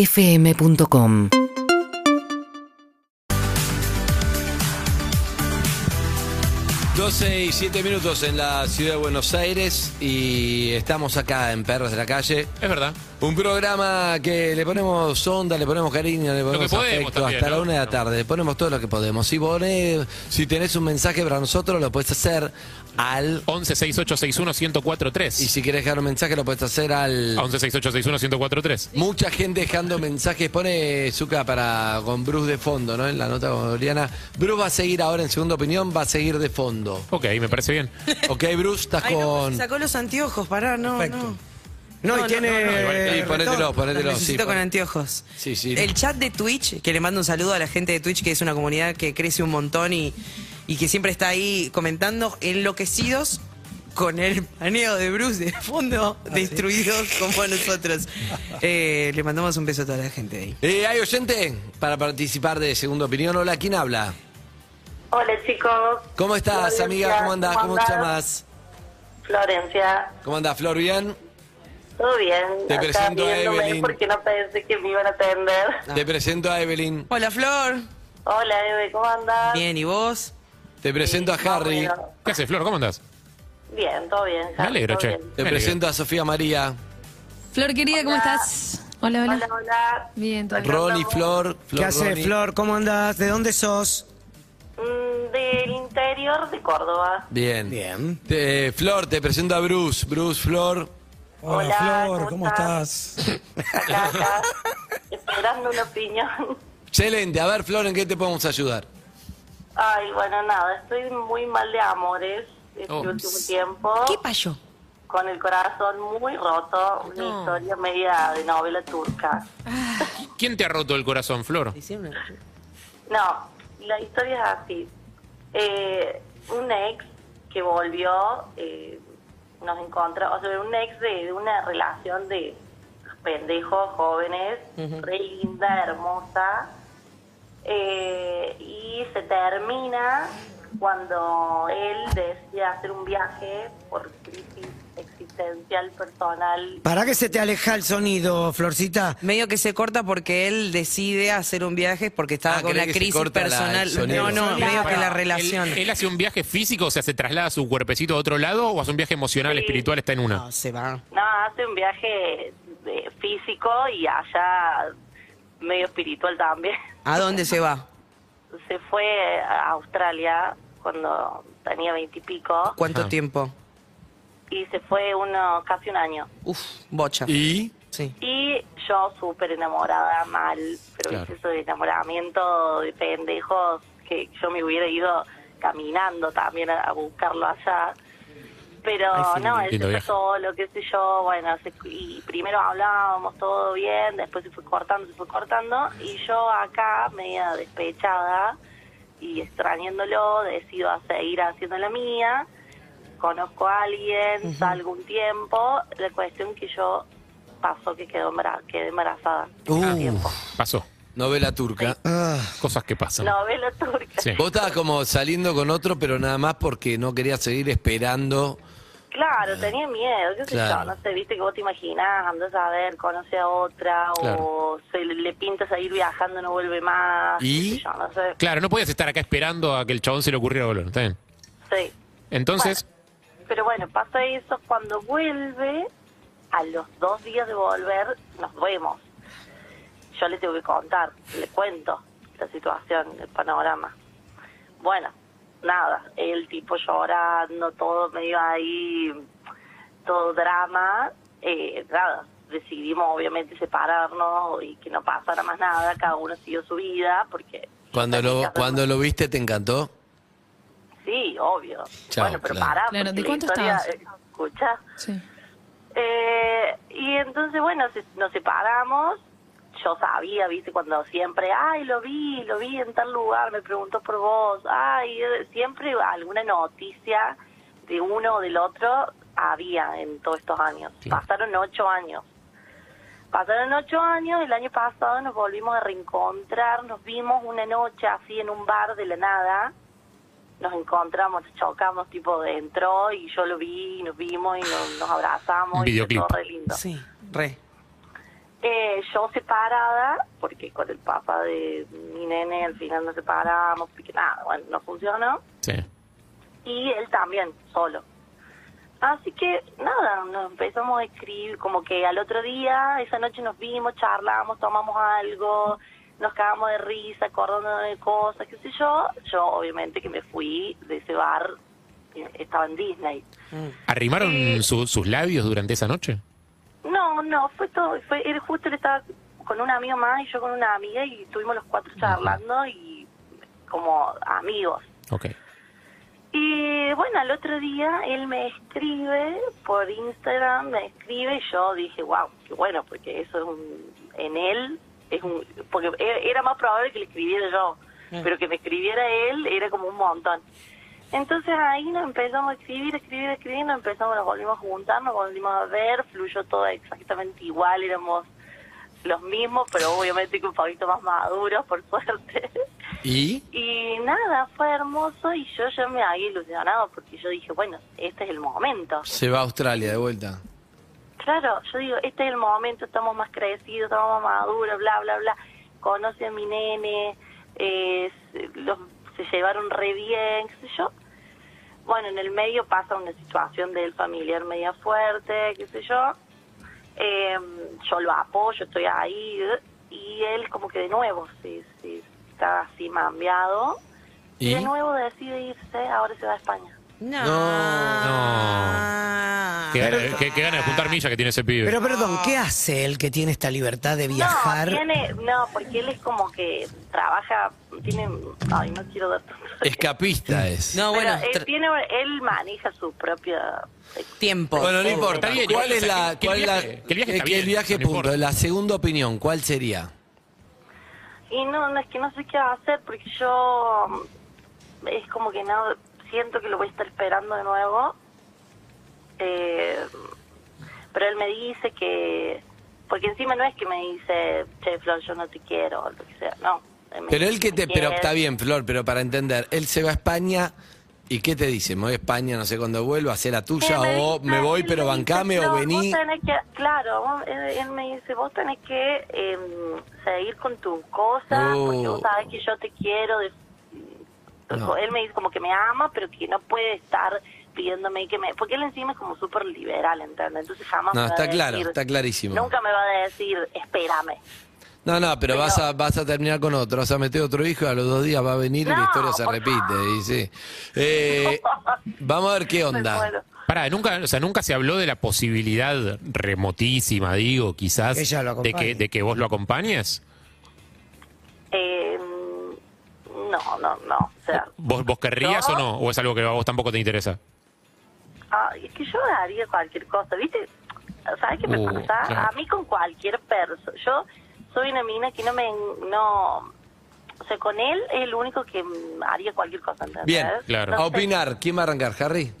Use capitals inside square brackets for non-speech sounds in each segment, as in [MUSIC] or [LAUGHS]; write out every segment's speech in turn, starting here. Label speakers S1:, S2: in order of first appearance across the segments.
S1: urbanaplayfm.com
S2: Doce y siete minutos en la ciudad de Buenos Aires y estamos acá en Perros de la Calle.
S3: Es verdad.
S2: Un programa que le ponemos onda, le ponemos cariño, le ponemos
S3: que podemos
S2: afecto
S3: también,
S2: hasta la
S3: ¿no?
S2: una de la tarde. Le ponemos todo lo que podemos. Si ponés- si tenés un mensaje para nosotros, lo puedes hacer al.
S3: 11 6861
S2: Y
S3: 1043.
S2: si querés dejar un mensaje, lo puedes hacer al.
S3: 11 6861 1043.
S2: Mucha gente dejando mensajes. Pone Zuka para con Bruce de fondo, ¿no? En la nota con Oriana. Bruce va a seguir ahora en segunda opinión, va a seguir de fondo.
S3: Ok, me parece bien.
S2: Ok, Bruce, estás
S4: Ay, no,
S2: con.
S4: se sacó los anteojos, pará, no, no.
S2: No, y
S4: No,
S2: tiene. eh,
S4: no, no, no,
S3: igual,
S2: y
S3: claro.
S2: ponételo,
S4: Los
S2: ponételo. sí,
S4: necesito
S2: pon-
S4: con anteojos.
S2: Sí, sí.
S4: El chat de Twitch, que le mando un saludo a la gente de Twitch, que es una comunidad que crece un montón y, y que siempre está ahí comentando enloquecidos con el paneo de Bruce de fondo,
S2: Ah,
S4: destruidos como nosotros. Eh, le mandamos un beso a toda la gente de ahí.
S2: Eh, ¿Hay oyente para participar de Segunda Opinión? Hola, ¿quién habla?
S5: Hola chicos.
S2: ¿Cómo estás,
S5: Florencia,
S2: amiga? ¿Cómo andás? ¿Cómo te llamas?
S5: Florencia,
S2: ¿Cómo andás, Flor? ¿Bien?
S5: todo bien.
S2: Te
S5: Acá
S2: presento a
S5: viéndome
S2: Evelyn.
S5: porque no pensé que me iban a atender.
S2: Te presento a Evelyn.
S4: Hola, Flor.
S5: Hola Eve, ¿cómo
S6: Ah.
S5: andás?
S4: Bien, ¿y vos?
S2: Te presento a
S5: Más o
S2: Harry.
S5: menos.
S3: ¿Qué haces, Flor? ¿Cómo andás?
S5: Bien, todo bien. Harry,
S3: Me alegro,
S5: todo
S3: che.
S5: bien.
S2: Te
S3: Me alegro.
S2: presento a Sofía María.
S7: Flor querida, ¿cómo
S5: Hola.
S7: estás? Hola, hola.
S5: Hola, hola.
S7: Bien, todo bien.
S2: Ronnie, Flor. Flor
S6: ¿Qué haces,
S2: Ronnie.
S6: Flor? ¿Cómo andás? ¿De dónde sos?
S5: Mm, del interior de Córdoba.
S2: Bien.
S6: Bien.
S2: Te- Flor, te presento a Bruce. Bruce, Flor.
S5: Hola, Flor, ¿cómo
S8: estás?
S5: Acá, acá. esperando una opinión.
S2: Excelente. A ver, Flor, ¿en qué te podemos ayudar?
S5: Ay, bueno, nada, estoy muy mal de amores este
S3: Oh.
S5: último tiempo.
S7: ¿Qué pasó?
S5: Con el corazón muy roto, una historia media de novela turca.
S3: ¿Quién te ha roto el corazón, Flor?
S5: No, la historia es así. Eh, un ex que volvió, eh, nos encontró, o sea, un ex de, de una relación de pendejos jóvenes, re linda, hermosa, eh, y se termina cuando él decide hacer un viaje por crisis existencial personal.
S6: ¿Para que se te aleja el sonido, Florcita?
S4: Medio que se corta porque él decide hacer un viaje porque estaba
S2: Ah,
S4: con
S2: ¿cree
S4: una
S2: que se
S4: crisis
S2: corta la- el
S4: personal.
S2: sonido?
S4: no, no,
S2: Claro.
S4: medio que
S3: Pará,
S4: la relación.
S3: ¿Él, él hace un viaje físico? O sea, ¿se traslada su cuerpecito a otro lado o hace un viaje emocional,
S5: Sí.
S3: espiritual? Está en una.
S4: No, se va.
S5: No, hace un viaje eh, físico y allá medio espiritual también.
S4: ¿A dónde se va?
S5: Se fue a Australia cuando tenía veintipico y,
S2: Ah.
S4: ¿Cuánto
S3: Ajá.
S4: tiempo?
S5: se fue uno casi un año.
S4: Uf, bocha.
S3: ¿Y?
S4: Sí.
S5: Y yo súper enamorada, mal, pero
S3: Claro.
S5: viste eso de enamoramiento de pendejos, que yo me hubiera ido caminando también a, a buscarlo allá. Pero no, él se
S3: lindo
S5: fue
S3: viaje.
S5: solo, qué sé yo, bueno, se- y primero hablábamos todo bien, después se fue cortando, se fue cortando, y yo acá, media despechada y extrañándolo, decido a seguir haciendo la mía, conozco a alguien, salgo un tiempo, la cuestión que yo pasó que quedó embara- quedé embarazada.
S4: Ah,
S5: al tiempo.
S3: Pasó.
S2: Novela turca.
S6: Ah.
S3: Cosas que pasan.
S5: Novela turca.
S3: Sí.
S2: Vos estabas como saliendo con otro, pero nada más porque no querías seguir esperando.
S5: Claro, tenía miedo, qué sé
S2: Ah. Claro.
S5: yo, no sé, viste que vos te imaginás, andás a ver, conoce a otra, o
S3: Claro.
S5: se le, le pintas a ir viajando, no vuelve más,
S2: ¿Y?
S5: qué sé yo, no sé.
S3: Claro, no podías estar acá esperando a que el chabón se le ocurriera volver. ¿Está bien?
S5: Sí.
S3: Entonces,
S5: Bueno, pero bueno, pasa eso, cuando vuelve, a los dos días de volver, nos vemos. Yo le tengo que contar, le cuento la situación, el panorama. Bueno, nada, el tipo llorando, todo medio ahí, todo drama, eh, nada, decidimos obviamente separarnos y que no pasara más nada, cada uno siguió su vida, porque...
S2: Cuando lo, cuando lo viste, ¿te encantó?
S5: Sí, obvio.
S2: Chao,
S5: bueno, pero
S2: claro.
S5: pará,
S7: Claro,
S5: porque
S7: ¿de
S5: la
S7: cuánto
S5: historia-
S7: estabas?
S5: Escucha.
S7: Sí.
S5: Eh, y entonces, bueno, se- nos separamos. Yo sabía, viste, cuando siempre, ay, lo vi, lo vi en tal lugar, me preguntó por vos, ay, eh, siempre alguna noticia de uno o del otro había en todos estos años.
S3: Claro.
S5: Pasaron ocho años. Pasaron ocho años, el año pasado nos volvimos a reencontrar, nos vimos una noche así en un bar de la nada, nos encontramos, nos chocamos, tipo, entró y yo lo vi, y nos vimos y nos, nos abrazamos.
S3: Un videoclip.
S5: Y fue todo re lindo.
S4: Sí, re.
S5: Eh, yo separada, porque con el papá de mi nene al final nos separamos, porque nada, bueno, no funcionó.
S3: Sí.
S5: y él también, solo. Así que nada, nos empezamos a escribir, como que al otro día, esa noche nos vimos, charlamos, tomamos algo, nos cagamos de risa, acordándonos de cosas, qué sé yo. Yo obviamente que me fui de ese bar, eh, estaba en Disney.
S3: ¿Arrimaron
S5: Sí.
S3: su- sus labios durante esa noche?
S5: No, no, fue todo, fue, él justo él estaba con un amigo más y yo con una amiga y estuvimos los cuatro charlando y como amigos.
S3: Ok.
S5: Y bueno, al otro día él me escribe por Instagram, me escribe y yo dije, wow, qué bueno, porque eso es un, en él, es un, porque e- era más probable que le escribiera yo, pero que me escribiera él era como un montón. Entonces ahí nos empezamos a escribir, escribir, escribir, nos empezamos, nos volvimos a juntar, nos volvimos a ver, fluyó todo exactamente igual, éramos los mismos, pero obviamente que un poquito más maduros, por [LAUGHS] suerte.
S3: ¿Y?
S5: Y nada, fue hermoso y yo ya me había ilusionado porque yo dije, bueno, este es el momento.
S2: Se va a Australia de vuelta.
S5: Claro, yo digo, este es el momento, estamos más crecidos, estamos más maduros, bla, bla, bla. Conoce a mi nene, eh, se- los, se llevaron re bien, qué sé yo. Bueno, en el medio pasa una situación del familiar media fuerte, qué sé yo. Eh, yo lo apoyo, estoy ahí. eh, Y él como que de nuevo se, se- está así mambiado.
S2: ¿Y?
S5: y de nuevo decide irse, ahora se va a España.
S4: No. Ah.
S3: No. Qué, gana- qué- qué ganas de juntar millas que tiene ese pibe.
S6: Pero perdón, ¿qué hace él que tiene esta libertad de viajar?
S5: No, tiene, no, porque él es como que trabaja, tiene, ay, no quiero dar tanto.
S2: Escapista es.
S4: No, bueno,
S5: Pero él,
S4: tra-
S5: tiene, él maneja su propia...
S4: tiempo.
S2: Bueno, no importa.
S3: Está bien,
S2: ¿Cuál
S3: igual,
S2: es
S3: o sea,
S2: la.
S3: que- que
S2: cuál
S3: el
S2: la-
S3: viaje- que el viaje
S2: eh,
S3: está
S2: que el
S3: bien,
S2: viaje
S3: no
S2: punto.
S3: importa.
S2: La segunda opinión, ¿cuál sería?
S5: Y no, no, es que no sé qué va a hacer porque yo mm, es como que no, siento que lo voy a estar esperando de nuevo. Eh, pero él me dice que, porque encima no es que me dice, che, Flor, yo no te quiero, o lo que sea, no. Él me
S2: Pero
S5: dice
S2: él que
S5: me
S2: te. Pero
S5: quiere.
S2: está bien, Flor, pero para entender. Él se va a España. ¿Y qué te dice? Me voy a España, no sé cuándo vuelvo, a hacer la tuya,
S5: Él Eh, me
S2: o
S5: dice-
S2: me voy,
S5: él
S2: pero
S5: me dice,
S2: bancame,
S5: "No,
S2: o
S5: vos
S2: vení.
S5: tenés que- claro, vos- él, él me dice, vos tenés que em, seguir con tus cosas, porque
S2: Oh.
S5: vos sabés que yo te quiero. de-
S2: No.
S5: Él me dice como que me ama, pero que no puede estar pidiéndome que me... Porque él encima es como súper liberal, ¿entendés? Entonces jamás
S2: No,
S5: me va
S2: está
S5: a
S2: claro,
S5: decir-
S2: está clarísimo.
S5: Nunca me va a decir, espérame.
S2: No, no, pero,
S5: Pero-
S2: vas a vas a terminar con otro, vas a meter otro hijo, a los dos días va a venir y la
S5: No,
S2: historia se
S5: por
S2: repite. Y sí.
S5: [LAUGHS]
S2: Eh, vamos a ver qué
S5: Me
S2: onda.
S5: muero.
S3: Pará, nunca, o sea, nunca se habló de la posibilidad remotísima, digo, quizás,
S6: Que ella lo
S3: de,
S6: acompañe.
S3: que, de que vos lo acompañes.
S5: Em, no, no, no. O sea,
S3: ¿Vos, vos querrías
S5: No.
S3: o no? ¿O es algo que a vos tampoco te interesa?
S5: Ay, es que yo haría cualquier cosa, ¿viste? ¿Sabes qué me
S3: Uh,
S5: pasa?
S3: claro.
S5: A mí con cualquier persona. Yo soy una mina que no me... No, o sea, con él es el único que mm, haría cualquier cosa, ¿entendés?
S2: Bien,
S3: claro.
S2: A
S4: Ah,
S5: Entonces,
S2: opinar, ¿quién va a arrancar, Harry?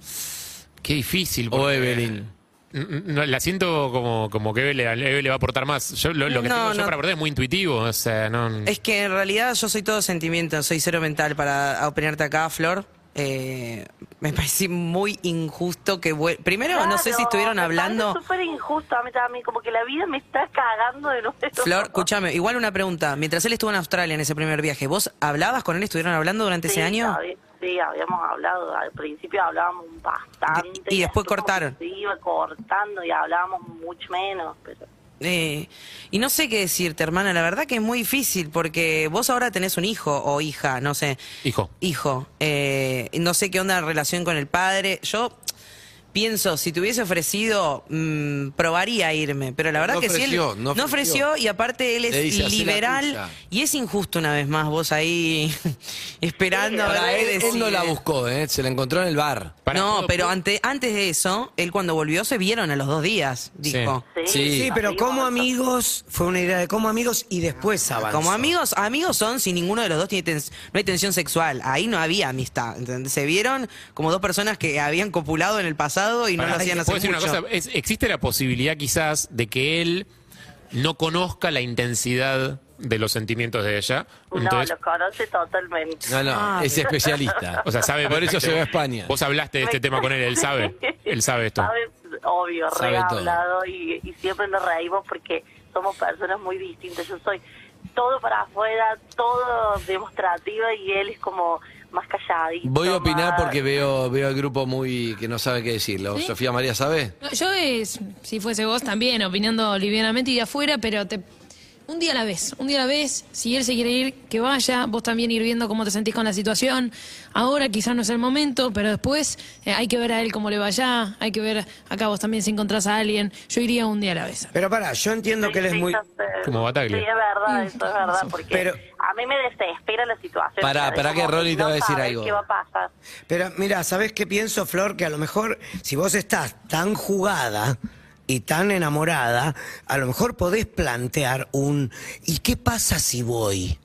S3: Qué difícil.
S2: O
S3: porque-
S2: Evelyn.
S3: N- n- no, Mm, la siento como, como que Eve le, a Eve le va a aportar más. Yo, lo, lo que
S4: No,
S3: tengo yo
S4: no.
S3: para aportar es muy intuitivo. O sea, no.
S4: Es que en realidad yo soy todo sentimiento, soy cero mental para opinarte acá, Flor. Eh, me [LAUGHS] parece muy injusto que... vuel- Primero, no sé
S5: claro,
S4: si estuvieron
S5: me
S4: hablando...
S5: parece súper injusto a mí también, como que la vida me está cagando de nuevo.
S4: Flor, escúchame, igual una pregunta. Mientras él estuvo en Australia en ese primer viaje, ¿vos hablabas con él? ¿Estuvieron hablando durante
S5: Sí,
S4: ese año?
S5: habi- Sí, habíamos hablado, al principio hablábamos bastante.
S4: Y- y después
S5: después como que
S4: cortaron.
S5: Se iba cortando y hablábamos mucho menos, pero...
S4: Eh, y no sé qué decirte, hermana. La verdad que es muy difícil porque vos ahora tenés un hijo o hija, no sé.
S3: Hijo.
S4: Hijo. Eh, no sé qué onda la relación con el padre. Yo pienso, si te hubiese ofrecido, mm, probaría irme. Pero la verdad
S2: No
S4: que
S2: ofreció,
S4: sí, él
S2: no ofreció.
S4: ofreció y aparte él
S2: Le
S4: es
S2: dice, "Hacé la tuya".
S4: liberal y es injusto una vez más vos ahí [LAUGHS] esperando a
S2: Para
S4: ver qué
S2: él, él no
S4: decide.
S2: la buscó, ¿eh? se la encontró en el bar.
S3: Pará,
S4: no,
S3: ¿puedo-
S4: pero
S3: puedo-
S4: ante- antes de eso, él cuando volvió se vieron a los dos días, dijo.
S2: Sí.
S6: Sí, pero como
S5: amigos
S6: amigos, fue una idea de como amigos y después avanzó.
S4: Como amigos, amigos son si ninguno de los dos tiene tens- no hay tensión sexual. Ahí no había amistad. ¿entendés? Se vieron como dos personas que habían copulado en el pasado y no
S3: Pará,
S4: lo hacían hace
S3: ¿puedo decir
S4: mucho.
S3: una cosa? Es- existe la posibilidad quizás de que él no conozca la intensidad de los sentimientos de ella. Entonces,
S5: no, lo conoce totalmente.
S2: No, no,
S4: Ah,
S2: es especialista.
S3: [LAUGHS] o sea, sabe
S2: Por eso
S3: perfecto.
S2: se va a España.
S3: Vos hablaste de este tema con él, él sabe. Él sabe esto.
S5: Sabe, obvio,
S2: Sabe
S5: re
S2: todo.
S5: hablado y, y siempre nos reímos porque somos personas muy distintas. Yo soy todo para afuera, todo demostrativa y él es como más calladito.
S2: Voy a opinar
S5: más-
S2: porque veo veo al grupo muy que no sabe qué decirlo.
S7: ¿Sí?
S2: Sofía María, ¿sabe?
S7: No, yo, es, si fuese vos también, opinando livianamente y de afuera, pero te, un día a la vez, un día a la vez, si él se quiere ir, que vaya, vos también ir viendo cómo te sentís con la situación. Ahora quizás no es el momento, pero después eh, hay que ver a él cómo le vaya, hay que ver acá vos también si encontrás a alguien. Yo iría un día a la vez.
S6: Pero pará, yo entiendo que él es muy... Mm.
S5: Sí, sí, sí,
S3: Como Bataglia.
S5: Sí, es verdad, eso es verdad, porque
S6: Pero-
S5: a mí me desespera la situación.
S2: Pará,
S5: ¿sabes?
S2: pará que
S5: Como
S2: Rolly te va a
S5: no
S2: decir
S5: sabes
S2: algo.
S5: ¿Qué va a pasar?
S6: Pero mira, ¿sabes qué pienso, Flor? Que a lo mejor, si vos estás tan jugada y tan enamorada, a lo mejor podés plantear un ¿y qué pasa si voy?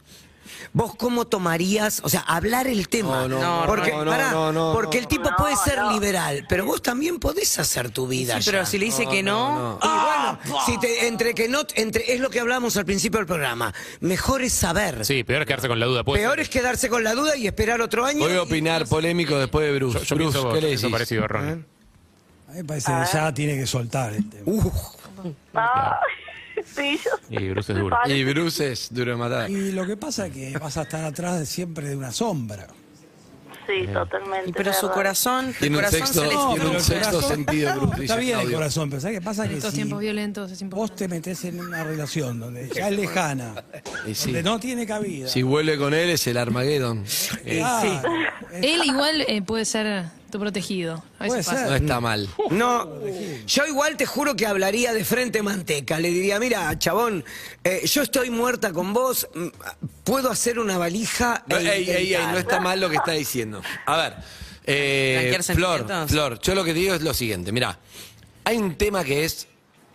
S6: ¿Vos cómo tomarías, o sea, hablar el
S2: No,
S6: tema?
S2: no,
S6: porque,
S2: no, no,
S6: pará,
S2: no, no,
S6: porque el tipo
S5: No,
S6: puede ser
S5: no.
S6: liberal, pero vos también podés hacer tu vida.
S4: Sí, pero
S6: ya.
S4: si le dice que no,
S2: no, no.
S6: Y
S2: Ah,
S6: bueno, si te- entre que no, entre, es lo que hablábamos al principio del programa. Mejor es saber.
S3: Sí, peor es quedarse con la duda. puede
S6: Peor
S3: ser.
S6: es quedarse con la duda y esperar otro año.
S2: Voy a
S6: y-
S2: opinar polémico después de Bruce.
S3: Yo, yo
S2: Bruce,
S3: pienso, vos,
S2: ¿qué le
S3: yo
S2: decís?
S3: pienso
S2: ¿Eh?
S3: parecido, Ronnie.
S1: A mí me parece
S5: Ah.
S1: que ya tiene que soltar el tema.
S6: Uh,
S5: No, Ah, [LAUGHS] sí, yo
S3: Y Bruce es duro.
S2: Y Bruce es duro de matar.
S1: Y lo que pasa es que vas a estar atrás de- siempre de una sombra.
S5: Sí, totalmente.
S4: y pero su
S5: verdad.
S4: corazón, el
S2: Tiene un
S4: corazón
S2: sexto-
S4: se le
S2: tiene un
S1: pero el
S2: sexto
S1: corazón-
S2: sentido, Bruce, dice
S1: Está bien el
S2: Claudio.
S1: corazón, pero ¿sabes qué pasa? Que
S7: Estos
S1: si
S7: tiempos violentos es
S1: vos
S7: importante.
S1: te metés en una relación donde ya es lejana,
S2: Y sí.
S1: donde no tiene cabida.
S2: Si vuelve con él es el Armageddon.
S1: claro, es-
S7: Él igual eh, puede ser tu protegido. A veces
S1: Puede
S7: pasa.
S1: ser.
S2: No está mal.
S6: No, yo igual te juro que hablaría de frente manteca. Le diría, mira, chabón, eh, yo estoy muerta con vos, mm, puedo hacer una valija.
S2: No,
S6: e
S2: ey, ey, ey,
S6: intentar".
S2: no está mal lo que está diciendo. A ver, eh,
S4: Blanquear
S2: Flor,
S4: sentimientos.
S2: Flor, yo lo que te digo es lo siguiente, mira, hay un tema que es,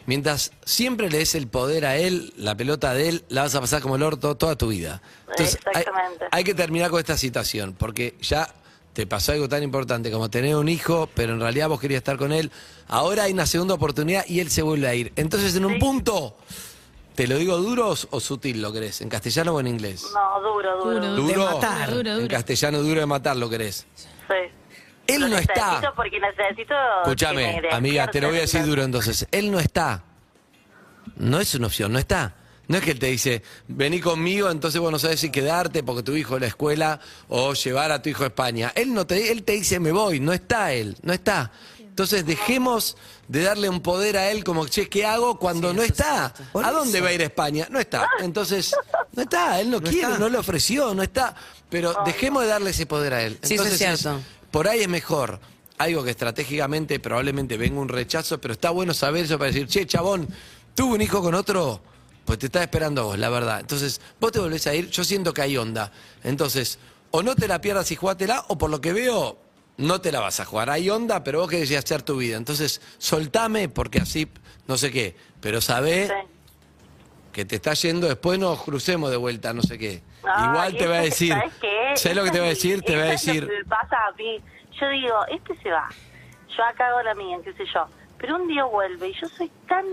S2: mientras siempre le des el poder a él, la pelota de él, la vas a pasar como el orto toda tu vida. Entonces, hay,
S5: Exactamente.
S2: hay que terminar con esta situación, porque ya te pasó algo tan importante como tener un hijo, pero en realidad vos querías estar con él, ahora hay una segunda oportunidad y él se vuelve a ir. Entonces, en un punto... ¿Te lo digo duro o- o sutil lo crees? ¿En castellano o en inglés?
S5: No, duro, duro.
S7: Duro,
S2: Duro.
S6: De matar.
S7: Duro, duro.
S2: En castellano duro de matar lo querés.
S5: Sí.
S2: Él
S5: Lo
S2: no
S5: necesito
S2: está.
S5: porque necesito. que
S2: Escúchame,
S5: me
S2: amiga, te lo voy a decir
S5: despierten.
S2: duro entonces. Él no está. No es una opción, no está. No es que él te dice, vení conmigo, entonces vos no sabes si quedarte porque tu hijo es la escuela o llevar a tu hijo a España. Él no te, él te dice, me voy, no está él, no está. Entonces dejemos de darle un poder a él como, che, ¿qué hago cuando no está?
S6: Por
S2: ¿A dónde
S6: eso.
S2: va a ir a España? No está. Entonces, no está, él no, quiere,
S6: está.
S2: no le ofreció, no está. Pero dejemos de darle ese poder a él.
S4: Sí, eso es
S2: Entonces,
S4: cierto.
S2: por ahí es mejor. Algo que estratégicamente probablemente venga un rechazo, pero está bueno saber eso para decir, che, chabón, tuve un hijo con otro, pues te está esperando a vos, la verdad. Entonces, vos te volvés a ir, yo siento que hay onda. Entonces, o no te la pierdas y jugátela, o por lo que veo, no te la vas a jugar. Hay onda, pero vos querés hacer tu vida. Entonces, soltame, porque así, no sé qué, pero sabé
S5: Sí.
S2: que te está yendo, después nos crucemos de vuelta, no sé qué.
S5: Ay,
S2: Igual te
S5: eso
S2: va a
S5: que-
S2: decir,
S5: ¿sabes qué?
S2: sé lo que
S5: Eso
S2: te va a
S5: es
S2: decir,
S5: mi-
S2: te va a
S5: eso es lo
S2: decir...
S5: que me pasa a mí. Yo digo, este se va. Yo acá hago la mía, qué sé yo. Pero un día vuelve y yo soy tan.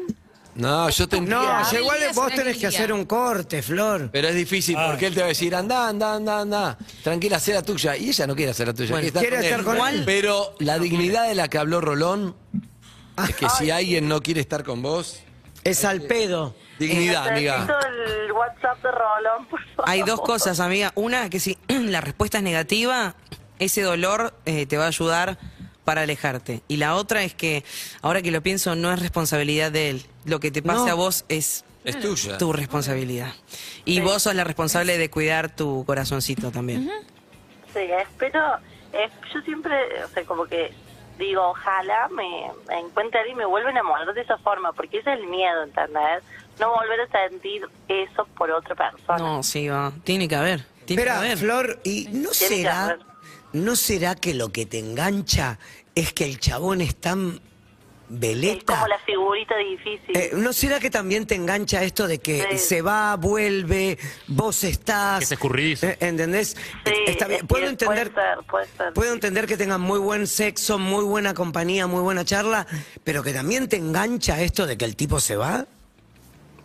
S2: No, yo te entiendo.
S6: No,
S5: Ya.
S6: yo igual
S7: Habilidades
S6: vos
S7: una
S6: tenés que
S7: habilidad.
S6: hacer un corte, Flor.
S2: Pero es difícil porque él te va a decir, anda, anda, anda, anda. Tranquila, sé la tuya. Y ella no quiere hacer la tuya.
S6: Bueno, quiere estar con él.
S2: Pero la dignidad de la que habló Rolón es que si alguien no quiere estar con vos,
S6: Es al pedo.
S2: dignidad,
S5: Necesito
S2: amiga.
S5: el WhatsApp de Rolón, por favor.
S4: Hay dos cosas, amiga. Una, que si [CLEARS THROAT] la respuesta es negativa, ese dolor eh, te va a ayudar para alejarte. Y la otra es que, ahora que lo pienso, no es responsabilidad de él. Lo que te pase
S6: No.
S4: a vos es
S2: Es tuya.
S4: tu responsabilidad. Y vos sos la responsable de cuidar tu corazoncito también.
S5: Sí, espero. eh, yo siempre, o sea, como que digo, ojalá me encuentre él y me vuelva a enamorar de esa forma, porque ese es el miedo, ¿entendés? No volver a sentir eso por otra persona.
S4: No, sí, va. Tiene que haber. Tiene que
S6: Espera,
S4: haber.
S6: Flor, ¿y
S5: Tiene
S6: no
S5: que
S6: será,
S5: haber.
S6: no será que lo que te engancha es que el chabón es tan
S5: es
S6: veleta?
S5: como la figurita difícil.
S6: Eh, ¿No será que también te engancha esto de que
S5: Sí.
S6: se va, vuelve, vos estás?
S3: Que es escurridizo.
S6: Eh, ¿Entendés?
S5: Sí,
S6: Está bien,
S5: es que
S6: Puedo entender,
S5: Puede ser, puede ser.
S6: puedo entender que tengan muy buen sexo, muy buena compañía, muy buena charla, pero que también te engancha esto de que el tipo se va.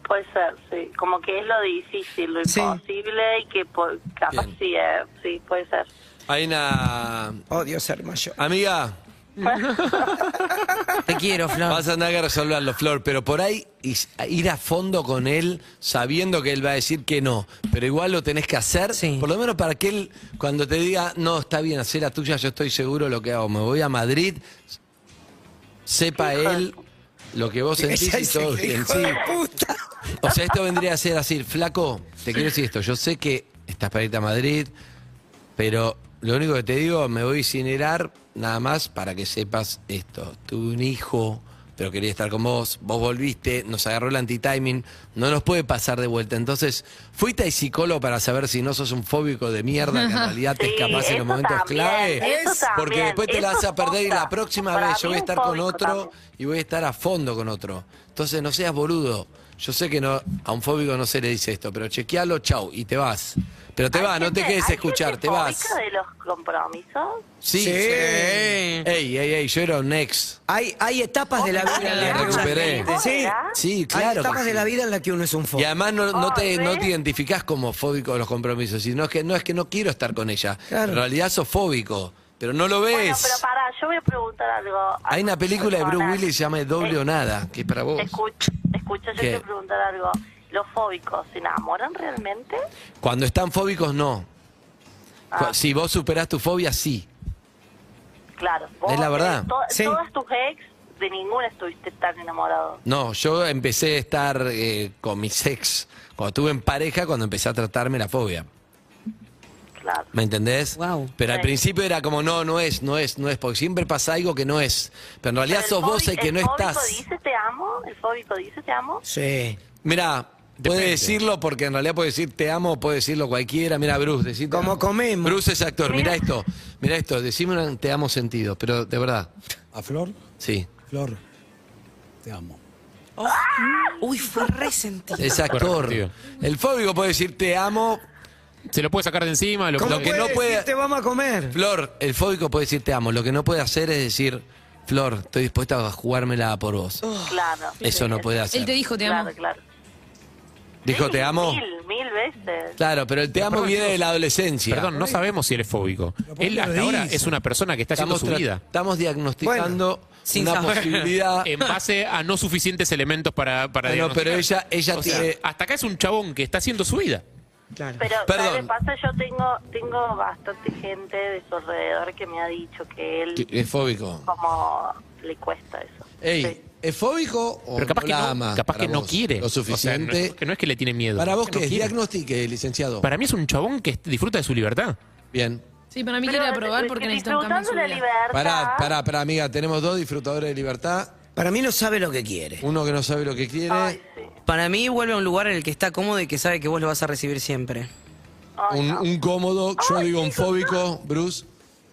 S5: Puede ser, sí. Como que es lo difícil, lo
S6: Sí.
S5: imposible y que por, capaz
S2: Bien.
S5: sí, eh, sí, puede ser.
S2: Hay una
S1: Oh,
S6: Odio ser mayor.
S2: amiga.
S4: [LAUGHS] Te quiero, Flor.
S2: Vas a tener que resolverlo, Flor, pero por ahí is- ir a fondo con él sabiendo que él va a decir que no, pero igual lo tenés que hacer,
S4: Sí.
S2: por lo menos para que él cuando te diga, no, está bien, hacer la tuya, yo estoy seguro de lo que hago, me voy a Madrid, sepa él lo que vos sentís y todo bien,
S6: Hijo
S2: sí.
S6: de puta.
S2: O sea, esto vendría a ser así, flaco, te quiero decir esto, yo sé que estás para irte a Madrid, pero lo único que te digo, me voy a incinerar nada más para que sepas esto. Tuve un hijo, pero quería estar con vos, vos volviste, nos agarró el anti-timing, no nos puede pasar de vuelta. Entonces, fuiste al psicólogo para saber si no sos un fóbico de mierda,
S5: [LAUGHS]
S2: que en realidad te
S5: Sí,
S2: escapás en
S5: eso
S2: los momentos
S5: también,
S2: clave,
S5: eso
S2: porque
S5: también,
S2: después te la
S5: eso
S2: vas a perder y
S5: posta.
S2: la próxima
S5: Para
S2: vez yo voy
S5: mí
S2: a
S5: un
S2: estar con
S5: fóbico
S2: otro
S5: también.
S2: y voy a estar a fondo con otro. Entonces, no seas boludo. Yo sé que no, a un fóbico no se le dice esto, pero chequealo, chau, y te vas. Pero te
S5: Hay
S2: vas, no te
S5: gente-
S2: quedes
S5: hay
S2: a escuchar,
S5: gente
S2: te vas.
S5: fóbica de los compromisos?
S2: Sí.
S6: Sí.
S2: Ey, ey, ey, yo era un ex.
S6: Hay, hay etapas de la vida en
S2: La
S6: la que uno-
S2: recuperé.
S6: Sí.
S5: Ah.
S2: Sí,
S6: Hay
S2: claro. que
S6: etapas de
S2: sí.
S6: la vida en la que uno es un
S2: Y
S6: foco.
S2: además no, no te,
S5: Ah,
S2: no
S5: ¿ves?
S2: te identificás como fóbico de los compromisos, sino que no es que no quiero estar con ella.
S6: Claro.
S2: En realidad sos fóbico, pero no lo ves.
S5: Bueno, pero pará, yo voy a preguntar algo. a
S2: Hay una
S5: tus
S2: película de Bruce
S5: personas.
S2: Willis que se llama Doble o Nada, que es para vos.
S5: Te escucho, te escucho, yo
S2: ¿Qué?
S5: te voy a preguntar algo. ¿Los fóbicos se enamoran realmente?
S2: Cuando están fóbicos, no.
S5: Ah.
S2: Cu- Si vos superás tu fobia, sí.
S5: Claro.
S2: Es la verdad.
S5: to-
S6: Sí.
S5: Todas tus ex, de ninguna estuviste tan enamorado.
S2: No, yo empecé a estar eh, con mis ex. Cuando estuve en pareja, cuando empecé a tratarme la fobia.
S5: Claro.
S2: ¿Me entendés?
S4: Guau.
S2: Pero al
S5: Sí.
S2: principio era como, no, no es, no es, no es, porque siempre pasa algo que no es. Pero en realidad
S5: Pero
S2: sos
S5: el
S2: vos
S5: fóbico-
S2: el que no
S5: ¿El
S2: estás.
S5: fóbico dice te amo? ¿El fóbico dice te amo?
S6: Sí.
S2: Mira, puede decirlo porque en realidad puede decir te amo, puede decirlo cualquiera. Mira, Bruce, decir te
S6: Como
S2: amo.
S6: comemos.
S2: Bruce es actor, mira
S5: Mirá.
S2: esto, mira esto, decime un te amo sentido, pero de verdad,
S1: ¿A Flor?
S2: sí.
S1: Flor, te amo.
S4: Uy, fue resentido.
S2: Es actor.
S3: Correcto.
S2: El fóbico puede decir te amo.
S3: Se lo puede sacar de encima, lo,
S6: ¿Cómo
S3: lo que no
S2: puede-
S3: puede.
S6: decir, Te vamos a comer.
S2: Flor, el fóbico puede decir te amo. Lo que no puede hacer es decir, Flor, estoy dispuesta a jugármela por vos.
S5: Claro.
S2: Oh, Eso no puede hacer.
S7: Él te dijo, te amo.
S5: Claro, claro.
S2: Dijo
S5: Sí,
S2: te amo.
S5: Mil, mil veces.
S2: Claro, pero el te amo
S3: perdón,
S2: viene
S3: chicos.
S2: de la adolescencia.
S3: Perdón, no sabemos si él es fóbico.
S1: ¿por qué
S3: Él
S1: lo
S3: hasta ahora
S1: dice?
S3: es una persona que está haciendo
S2: estamos, tra-
S3: su vida.
S2: estamos diagnosticando
S4: sin
S2: una
S3: [LAUGHS]
S4: saber.
S2: posibilidad.
S3: En base a no suficientes elementos para, para
S2: Bueno, pero
S3: diagnosticar.
S2: ella- ella
S3: O sea,
S2: tiene-
S3: hasta acá es un chabón que está haciendo su vida.
S6: Claro.
S5: Pero,
S2: Perdón.
S5: ¿sabes? Pasa, yo tengo, tengo bastante gente de su alrededor que me ha dicho que él,
S2: Que- Es fóbico.
S5: como, le cuesta eso.
S2: Ey,
S5: Sí.
S2: ¿es fóbico o
S3: Pero capaz
S2: no
S3: que
S2: la
S3: no,
S2: ama
S3: capaz
S2: para
S3: que no
S2: vos?
S3: quiere.
S2: Lo suficiente.
S3: O sea, no, es que no es que le tiene miedo.
S2: para vos,
S3: que no
S2: que es
S3: quiere.
S2: diagnostique, licenciado.
S3: Para mí es un chabón que disfruta de su libertad.
S2: Bien.
S7: Sí, para mí
S5: Pero
S7: quiere aprobar
S5: dis-
S7: porque necesita un cambio en
S5: disfrutando
S7: su
S5: la
S7: vida.
S5: libertad.
S2: Pará, pará, pará, amiga. Tenemos dos disfrutadores de libertad.
S6: Para mí no sabe lo que
S2: [LAUGHS]
S6: quiere.
S2: Uno que no sabe lo que quiere.
S5: Ay, sí.
S4: Para mí vuelve a un lugar en el que está cómodo y que sabe que vos lo vas a recibir siempre.
S5: Ay,
S2: un,
S5: no.
S2: un cómodo, yo digo un fóbico, Bruce.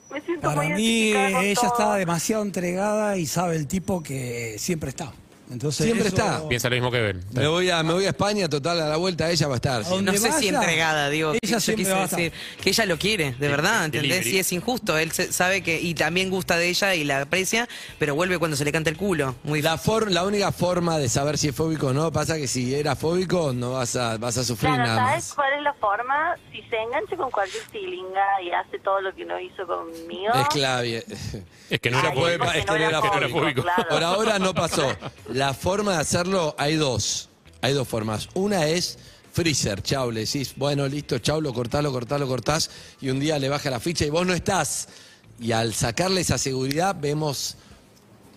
S5: Me siento
S1: Para
S5: muy
S1: mí,
S5: identificada con
S1: eh, ella
S5: todo.
S1: está demasiado entregada y sabe el tipo que siempre está. Entonces,
S2: Siempre
S1: eso-
S2: está.
S3: Piensa lo mismo que Ben.
S2: Me voy, a, me voy a España, total, a la vuelta ella va a estar.
S1: ¿A dónde?
S4: No sé si
S1: vaya,
S4: entregada, digo.
S1: ella
S4: que yo
S1: siempre
S4: quise
S1: va a estar.
S4: decir que ella lo quiere, de verdad, ¿entendés?
S3: delivery.
S4: Sí, es injusto. Él se- sabe que y también gusta de ella y la aprecia, pero vuelve cuando se le canta el culo. Muy
S2: La, for- la única forma de saber si es fóbico o no, pasa que si era fóbico, no vas a, vas a sufrir
S5: Claro,
S2: nada
S5: ¿sabes
S2: más.
S5: cuál es la forma? Si se engancha con cualquier tilinga y hace todo lo que no hizo conmigo.
S2: Es clave.
S3: Es que no era
S5: Ay,
S3: fóbico.
S5: porque
S2: Ah, Es que no era fóbico.
S5: claro.
S2: Por ahora no pasó. La forma de hacerlo, hay dos. Hay dos formas. Una es freezer, chau, le decís, bueno, listo, chau, lo cortás, lo cortás, lo cortás, y un día le baja la ficha y vos no estás. Y al sacarle esa seguridad, vemos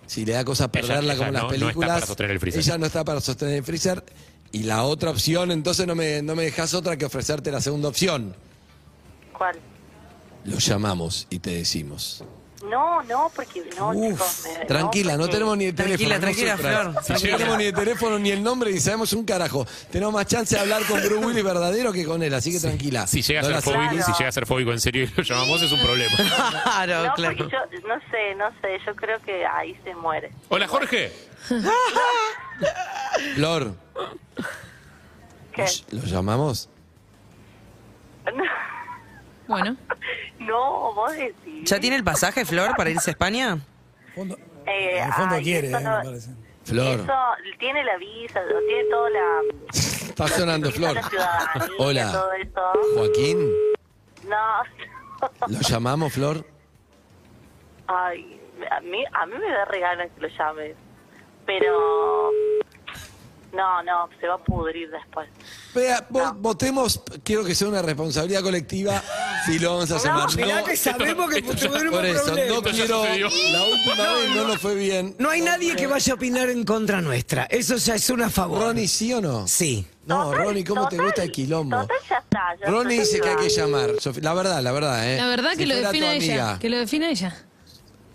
S2: si le da cosa perderla
S3: ella
S2: como en las
S3: no- no está
S2: películas.
S3: para sostener el freezer.
S2: Ella no está para sostener el freezer. Y la otra opción, entonces no me, no me dejas otra que ofrecerte la segunda opción.
S5: ¿Cuál?
S2: Lo llamamos y te decimos.
S5: No, no, porque no,
S2: Uf,
S5: chicos. me-
S2: tranquila, no
S5: porque-
S2: tenemos ni el teléfono.
S4: Tranquila,
S2: no
S4: tranquila,
S2: sufras.
S4: Flor.
S2: No
S4: Tranquila.
S2: tenemos ni el teléfono, ni el nombre, ni sabemos un carajo. Tenemos más chance de hablar con Bruce Willis verdadero que con él, así que tranquila.
S3: Si llega, a
S2: No
S3: ser
S2: la-
S3: fóbico,
S5: Claro.
S3: si llega a ser fóbico en serio y lo llamamos, es un problema.
S4: Claro,
S5: No,
S4: claro.
S5: porque yo, no sé, no sé, yo creo que ahí se muere.
S3: Hola, Jorge.
S2: Flor,
S5: ¿Qué?
S2: ¿lo llamamos?
S7: Bueno,
S5: No, vos decís.
S4: ¿Ya tiene el pasaje, Flor, para irse a España?
S1: Fondo-
S5: Eh,
S1: en el fondo
S5: ay,
S1: quiere,
S5: eso
S1: eh,
S5: no-
S1: me parece.
S2: Flor,
S5: Eso, tiene la visa, lo tiene toda la...
S2: está sonando,
S5: tiene
S2: Flor.
S5: la ciudadanía, Todo
S2: Hola,
S5: eso.
S2: Joaquín,
S5: No, [LAUGHS]
S2: ¿lo llamamos, Flor?
S5: ay, a mí, a mí me da regalas que lo llames. Pero. No, no, se va a pudrir después.
S2: Vea, vo-
S5: No.
S2: votemos, quiero que sea una responsabilidad colectiva si lo vamos a
S5: No,
S2: sumar.
S6: Mirá
S2: No,
S6: que sabemos que
S3: esto ya-
S6: tuvimos
S2: por eso, no
S6: problemas.
S3: ya
S2: quiero.
S3: sucedió.
S2: La última vez no nos fue bien.
S6: No hay nadie que vaya a opinar en contra nuestra. Eso ya es una favor.
S2: Ronnie, ¿sí o no?
S6: Sí.
S2: No,
S5: Total,
S2: Ronnie, ¿cómo te
S5: total,
S2: gusta el quilombo?
S5: total, ya está, ya
S2: Ronnie
S5: está,
S2: dice
S5: ya
S2: que hay que
S5: está.
S2: llamar. Sofi- La verdad, la verdad, ¿eh?
S7: La verdad que
S2: Si
S7: lo
S2: fuera tu
S7: defina ella.
S2: amiga,
S7: Que lo defina ella.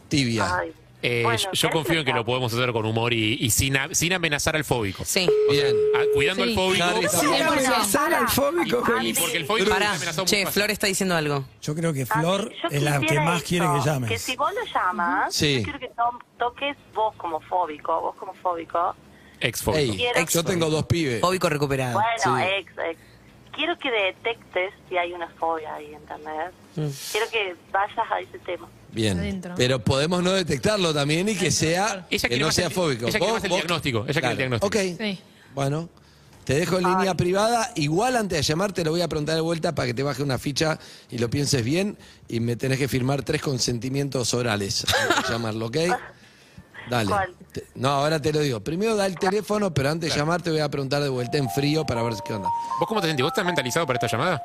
S2: Tibia.
S5: Ay.
S3: Eh,
S5: Bueno,
S3: yo- yo
S5: ¿querés
S3: confío en que lo
S5: empezar?
S3: podemos hacer con humor y, y sin, a- sin amenazar al fóbico.
S4: Sí.
S2: Bien.
S3: Ah, cuidando
S7: Sí.
S3: al fóbico.
S2: Harry,
S6: Sí,
S7: Bueno,
S6: amenazar
S5: para.
S6: al fóbico con-
S3: Y porque el fóbico
S4: Pará.
S3: se amenazó
S4: Che,
S3: muy fácil.
S4: Flor está diciendo algo.
S1: Yo creo que
S5: A mí,
S1: Flor
S5: yo
S1: es la que
S5: quisiera
S1: más quiere
S5: eso,
S1: que llames.
S5: Que si vos lo llamas,
S2: Sí.
S5: yo quiero que to- toques vos como fóbico, vos como fóbico.
S2: Ah,
S3: Ex fóbico.
S2: Ey,
S5: Quiero-
S2: yo tengo dos pibes.
S4: Fóbico recuperado.
S5: Bueno,
S2: Sí.
S5: ex, ex. Quiero que detectes si hay una fobia ahí, ¿entendés?
S2: Mm.
S5: Quiero que vayas a ese tema.
S2: Bien.
S7: Adentro.
S2: Pero podemos no detectarlo también y que sea
S3: Ella
S2: que
S3: quiere
S2: no
S3: más
S2: sea
S3: el-
S2: fóbico.
S3: ella quiere más el diagnóstico, ella quiere el diagnóstico.
S2: Ok.
S7: Sí.
S2: Bueno, te dejo en línea privada. Igual antes de llamarte lo voy a preguntar de vuelta para que te baje una ficha y lo pienses bien y me tenés que firmar tres consentimientos orales. antes de llamarlo, ¿ok? Dale.
S5: ¿Cuál?
S2: Te- no, ahora te lo digo. Primero da el teléfono, pero antes de llamar te voy a preguntar de vuelta en frío para ver qué onda.
S3: ¿Vos cómo te sentís? ¿Vos estás mentalizado para esta llamada?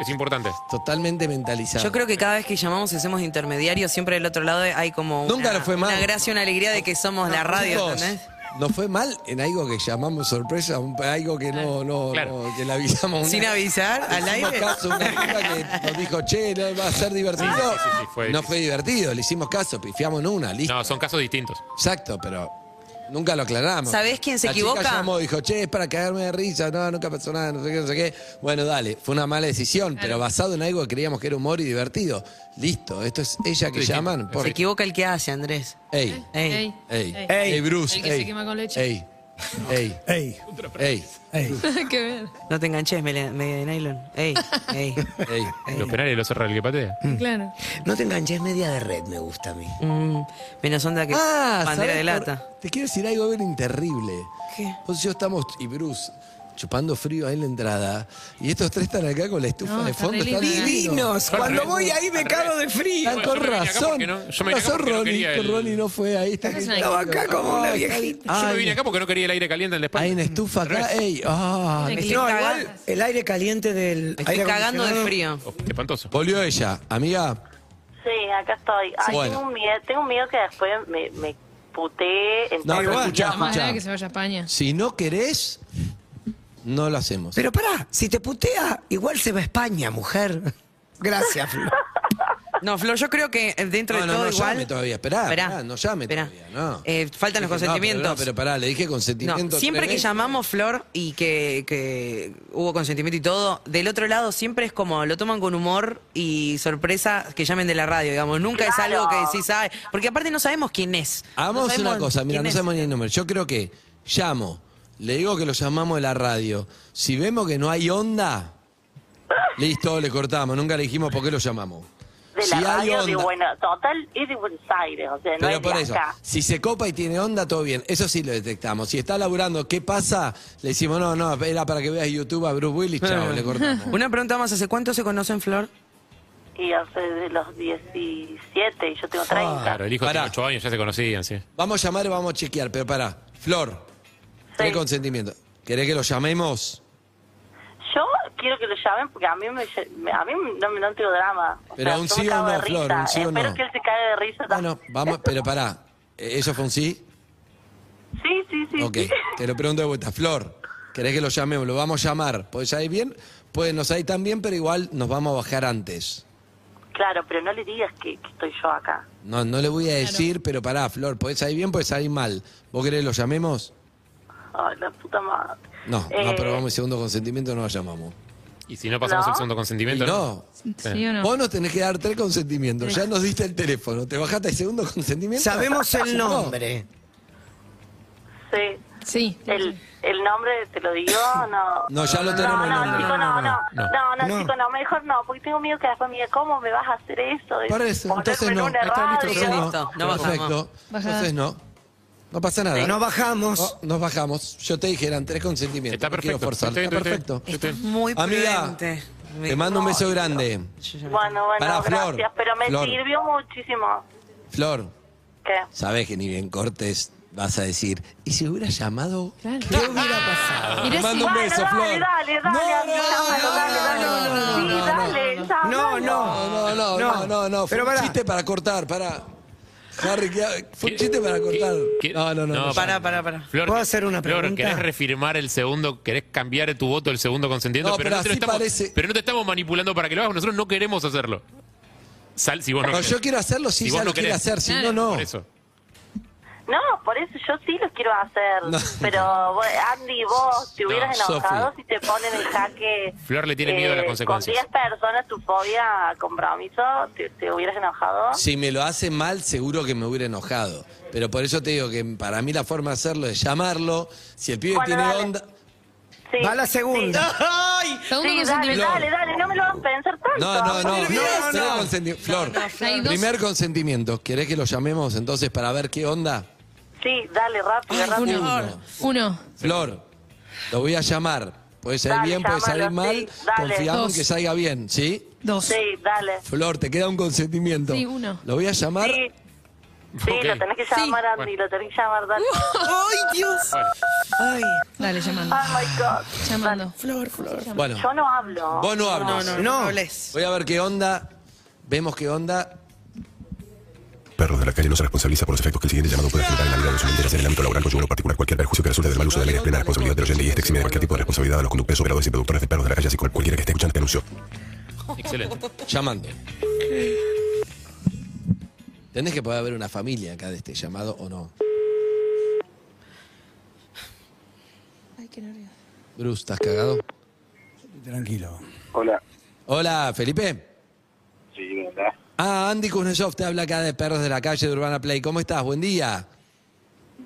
S3: Es importante.
S2: Totalmente mentalizado.
S4: Yo creo que cada vez que llamamos y hacemos intermediarios, siempre del otro lado hay como
S2: Nunca
S4: una,
S2: lo fue mal.
S4: una gracia, una alegría de que somos la radio,
S2: Ah, Chicos,
S4: ¿entendés?
S2: Nos fue mal en algo que llamamos sorpresa, un- algo que no, no,
S3: Claro.
S2: no- que le avisamos. una-
S4: Sin avisar, al
S2: hicimos
S4: aire.
S2: caso a una amiga que nos dijo, che, no, va a ser divertido.
S3: Sí, sí, sí, sí, fue
S2: no
S3: difícil.
S2: fue divertido, le hicimos caso, pifiamos en una, listo.
S3: No, son casos distintos.
S2: Exacto, pero nunca lo aclaramos.
S4: ¿Sabés quién se
S2: La
S4: equivoca?
S2: Chica llamó, dijo, che, es para cagarme de risa, no, nunca pasó nada, no sé qué, no sé qué. Bueno, dale, fue una mala decisión, pero basado en algo que creíamos que era humor y divertido. Listo, esto es ella que
S3: Sí, sí.
S2: llaman. Por...
S4: Se equivoca el que hace, Andrés.
S2: Ey.
S4: Ey.
S7: Ey.
S2: Ey,
S7: Ey.
S2: ey, Bruce.
S7: El que se
S2: ey,
S7: quema con leche. [LAUGHS]
S2: Ey, ey,
S1: Ey,
S2: ey,
S1: ey.
S7: Qué ver.
S4: No te enganches, media de nylon. Ey,
S2: [LAUGHS]
S4: ey.
S2: ey.
S3: Los penales los cerra el que patea.
S2: Mm.
S7: Claro.
S6: No te enganches media de red, me gusta a mí.
S4: Mm, menos onda que bandera
S2: Ah, ¿sabés
S4: de
S2: por-
S4: lata.
S2: Te quiero decir algo, Evelyn, terrible.
S4: ¿Qué?
S2: Vos y yo estamos, y Bruce, chupando frío ahí en la entrada. Y estos tres están acá con la estufa
S7: No,
S2: de
S7: está
S2: fondo.
S7: re
S2: Están
S7: lindo.
S6: Divinos, cuando voy ahí me cago de frío.
S2: Están
S3: Bueno,
S2: con
S3: yo me vine acá
S2: razón.
S3: porque no- yo me
S2: Con
S3: vine acá
S2: razón,
S3: porque no
S2: Ronnie.
S3: quería
S2: que
S3: el-
S2: Ronnie no fue ahí. Está
S7: Es una
S6: Estaba acá como una viejita.
S3: Yo me
S2: Ay.
S3: vine acá porque no quería el aire caliente en la espalda.
S2: Hay una estufa acá. Ey, ah.
S7: Tiene que
S6: No,
S4: Estoy
S6: igual
S4: cagando.
S6: el aire caliente del.
S4: Me estoy
S6: aire
S4: cagando de
S6: acondicionado-
S4: frío.
S3: Oh, espantoso.
S2: Volvió ella. Amiga,
S5: Sí, acá estoy. Ay,
S2: Bueno.
S5: tengo, un miedo, tengo un miedo que después me, me putee.
S2: No, pero
S5: entonces-
S2: escuchá,
S7: Más
S2: escuchá.
S7: grave que se vaya a España.
S2: si no querés, no lo hacemos.
S6: Pero pará, si te putea, igual se va a España, mujer.
S4: [LAUGHS]
S6: Gracias, Flor.
S4: No, Flor, yo creo que eh, dentro
S2: No,
S4: de
S2: no,
S4: todo
S2: no
S4: igual.
S2: llame todavía, esperá, esperá, no llame
S4: esperá.
S2: todavía, no.
S4: Eh, faltan los
S2: Dije, no, pero
S4: consentimientos.
S2: No, pero pará, le dije
S4: No,
S2: consentimiento.
S4: siempre que
S2: tremendo.
S4: llamamos Flor y que, que hubo consentimiento y todo, del otro lado siempre es como, lo toman con humor y sorpresa que llamen de la radio, digamos. Nunca es
S5: Claro.
S4: algo que decís, ay, porque aparte no sabemos quién es. No
S2: Hagamos una
S4: sabemos
S2: cosa, mira,
S4: quién
S2: no
S4: es.
S2: sabemos ni el número. Yo creo que llamo, le digo que lo llamamos de la radio. Si vemos que no hay onda, listo, le cortamos. Nunca le dijimos por qué lo llamamos.
S5: De la
S2: si hay
S5: radio de
S2: onda-
S5: Buenos Total, es de Buenos Aires, o sea, no
S2: Pero
S5: es de
S2: por eso,
S5: acá.
S2: si se copa y tiene onda, todo bien. Eso sí lo detectamos. Si está laburando, ¿qué pasa? Le decimos, no, no, era para que veas YouTube a Bruce Willis, chao, le
S4: [LAUGHS]
S2: cortamos.
S4: Una pregunta más, ¿hace cuánto se conocen, Flor?
S5: Y hace de los 17 y yo tengo 30.
S3: Claro, el hijo
S2: Pará.
S3: tiene 8 años, ya se conocían, sí.
S2: Vamos a llamar y vamos a chequear, pero pará. Flor, tres consentimientos. ¿Querés que lo llamemos?
S5: Yo quiero que lo llamen porque a mí, me, me- a mí no, me- no tengo drama. O
S2: Pero
S5: sea,
S2: un
S5: yo me
S2: sí o
S5: cago de
S2: no, Flor,
S5: risa.
S2: un sí o
S5: Espero
S2: no.
S5: que él se caiga de risa también.
S2: Bueno, vamos, pero pará. ¿E- ¿Eso fue un sí?
S5: Sí, sí, sí.
S2: Ok,
S5: sí.
S2: te lo pregunto de vuelta. Flor, ¿querés que lo llamemos? Lo vamos a llamar. ¿Podés salir bien? Pues nos salir tan bien, pero igual nos vamos a bajar antes.
S5: [LAUGHS] Claro, pero no le digas que, que estoy yo acá.
S2: No, no le voy a decir, pero pará, Flor, podés salir bien, podés salir mal. ¿Vos querés que lo llamemos?
S5: Ay, la puta madre.
S2: No,
S5: Eh,
S2: no probamos el segundo consentimiento, no lo llamamos.
S3: Y si no pasamos
S5: No.
S3: el segundo consentimiento.
S2: Y no,
S7: ¿Sí o no?
S2: Vos nos tenés que dar tres consentimientos. Ya nos diste el teléfono. ¿Te bajaste el segundo consentimiento?
S6: Sabemos
S2: [LAUGHS]
S6: el
S2: No.
S6: nombre.
S5: Eh, Sí.
S7: Sí.
S5: El, el nombre te lo digo, no.
S2: No, ya lo tenemos
S5: No,
S2: el
S5: no,
S2: nombre.
S5: chico, no, no.
S3: no,
S5: No, no,
S6: no.
S5: chico, no. Mejor no, porque tengo miedo que después me diga, ¿cómo me vas a hacer eso? De
S2: Por eso,
S5: ponerme
S2: entonces
S5: en
S2: no.
S5: una
S2: Está listo,
S5: radio?
S2: entonces no.
S4: Listo, no bajamos.
S2: Perfecto.
S7: Bajá.
S2: Entonces no. No pasa nada.
S6: No bajamos.
S2: No, nos bajamos. Yo te dije, eran tres consentimientos.
S3: Está
S2: No quiero
S3: perfecto.
S2: forzar.
S3: Estoy,
S2: Está
S3: estoy, estoy,
S2: perfecto.
S3: estoy.
S4: Oh, Muy
S2: Amiga,
S4: prudente. Me-
S2: te mando un beso grande.
S4: Yo ya me-
S5: Bueno, bueno,
S2: Pará, Flor,
S5: gracias, pero me
S2: Flor.
S5: sirvió muchísimo.
S2: Flor,
S5: ¿Qué?
S2: Sabes que ni bien cortes vas a decir, ¿y si hubiera llamado?
S7: Claro.
S2: ¿Qué hubiera pasado?
S7: Mirá
S2: Te mando
S7: si-
S2: un beso,
S5: Bueno,
S2: Flor.
S5: Dale, dale, dale,
S2: no,
S5: llámalo,
S2: no,
S5: dale, dale.
S2: no, no,
S5: Sí,
S2: no,
S5: dale,
S6: No,
S5: llámalo.
S6: no.
S2: No, no, no, no, no. Fue
S6: Pero
S2: un
S6: pará.
S2: chiste para cortar, para. Harry, ¿qué- fue un chiste para cortar.
S3: ¿Qué- qué-
S2: No, no, no. no.
S4: Pará, pará, pará.
S3: Flor,
S6: ¿Puedo hacer una
S3: Flor,
S6: pregunta?
S3: ¿querés refirmar el segundo? ¿Querés cambiar tu voto el segundo consentiendo?
S2: No, pero
S3: te lo
S2: así
S3: estamos,
S2: parece.
S3: pero no te estamos manipulando para que lo hagas. Nosotros no queremos hacerlo. Sal, si vos no,
S2: No,
S3: querés.
S2: yo quiero hacerlo si,
S3: Si vos
S2: ella
S3: no
S2: lo quiere
S3: querés.
S2: hacer, si
S7: Claro.
S2: no,
S3: Por
S2: no.
S3: eso.
S5: No, por eso yo sí los quiero hacer.
S2: No.
S5: Pero vos, Andy, vos te
S2: No,
S5: hubieras enojado
S2: Sofi.
S5: si te ponen en jaque. eh,
S3: Flor le tiene miedo a las consecuencias.
S5: Con 10 personas tu fobia a compromiso, te, te hubieras enojado.
S2: Si me lo hace mal, seguro que me hubiera enojado. Pero por eso te digo que para mí la forma de hacerlo es llamarlo. Si el pibe
S5: Bueno,
S2: tiene
S5: dale.
S2: onda.
S5: Sí,
S6: Va la segunda.
S2: ¡Ay!
S5: Sí,
S7: Segundo
S5: Sí, dale,
S7: consentimiento.
S5: dale, dale, no me lo van a pensar tanto.
S2: No, no, no.
S5: Ay,
S2: no, no. consenti- Flor,
S7: Hay dos-
S2: primer consentimiento. ¿Querés que lo llamemos entonces para ver qué onda?
S5: Sí, dale, rápido,
S2: Ay,
S5: rápido.
S2: Uno.
S7: Uno.
S2: Flor, lo voy a llamar. Puede salir
S5: Dale,
S2: bien, puede salir
S5: llámalo,
S2: mal.
S5: sí, dale.
S2: Confiamos en
S7: Dos.
S2: que salga bien, ¿sí?
S7: Dos.
S5: Sí, dale.
S2: Flor, te queda un consentimiento.
S7: Sí, uno.
S2: Lo voy a llamar.
S5: Sí, sí
S3: Ok.
S5: lo tenés que llamar,
S3: Sí.
S5: Andy, lo tenés que llamar, dale.
S6: Uh.
S4: ¡Ay, Dios!
S3: Bueno,
S4: ¡Ay!
S7: Dale, llamando.
S5: Oh my God.
S7: Llamando.
S4: Flor, Flor.
S2: Bueno,
S5: Yo no hablo.
S2: vos no hablas.
S4: No, no, no,
S6: No.
S4: no hables.
S2: Voy a ver qué onda. Vemos qué onda.
S8: Perros de la calle no se responsabiliza por los efectos que el siguiente llamado puede generar en la vida de los oyentes en el ámbito laboral, conyugal o particular. Cualquier perjuicio que resulte del mal uso de la ley es plena responsabilidad del oyente y este exime de cualquier tipo de responsabilidad a los conductores, operadores y productores de perros de la calle, así como cualquiera que esté escuchando este anuncio.
S3: excelente.
S2: Llamando. Tenés que poder haber una familia acá de este llamado o no.
S7: Ay, qué nervios.
S2: Bruce, ¿estás cagado?
S1: Tranquilo.
S9: Hola.
S2: Hola, Felipe.
S9: Sí, hola.
S2: Ah, Andy Kuznetsov te habla acá de Perros de la Calle de Urbana Play. ¿Cómo estás? Buen día.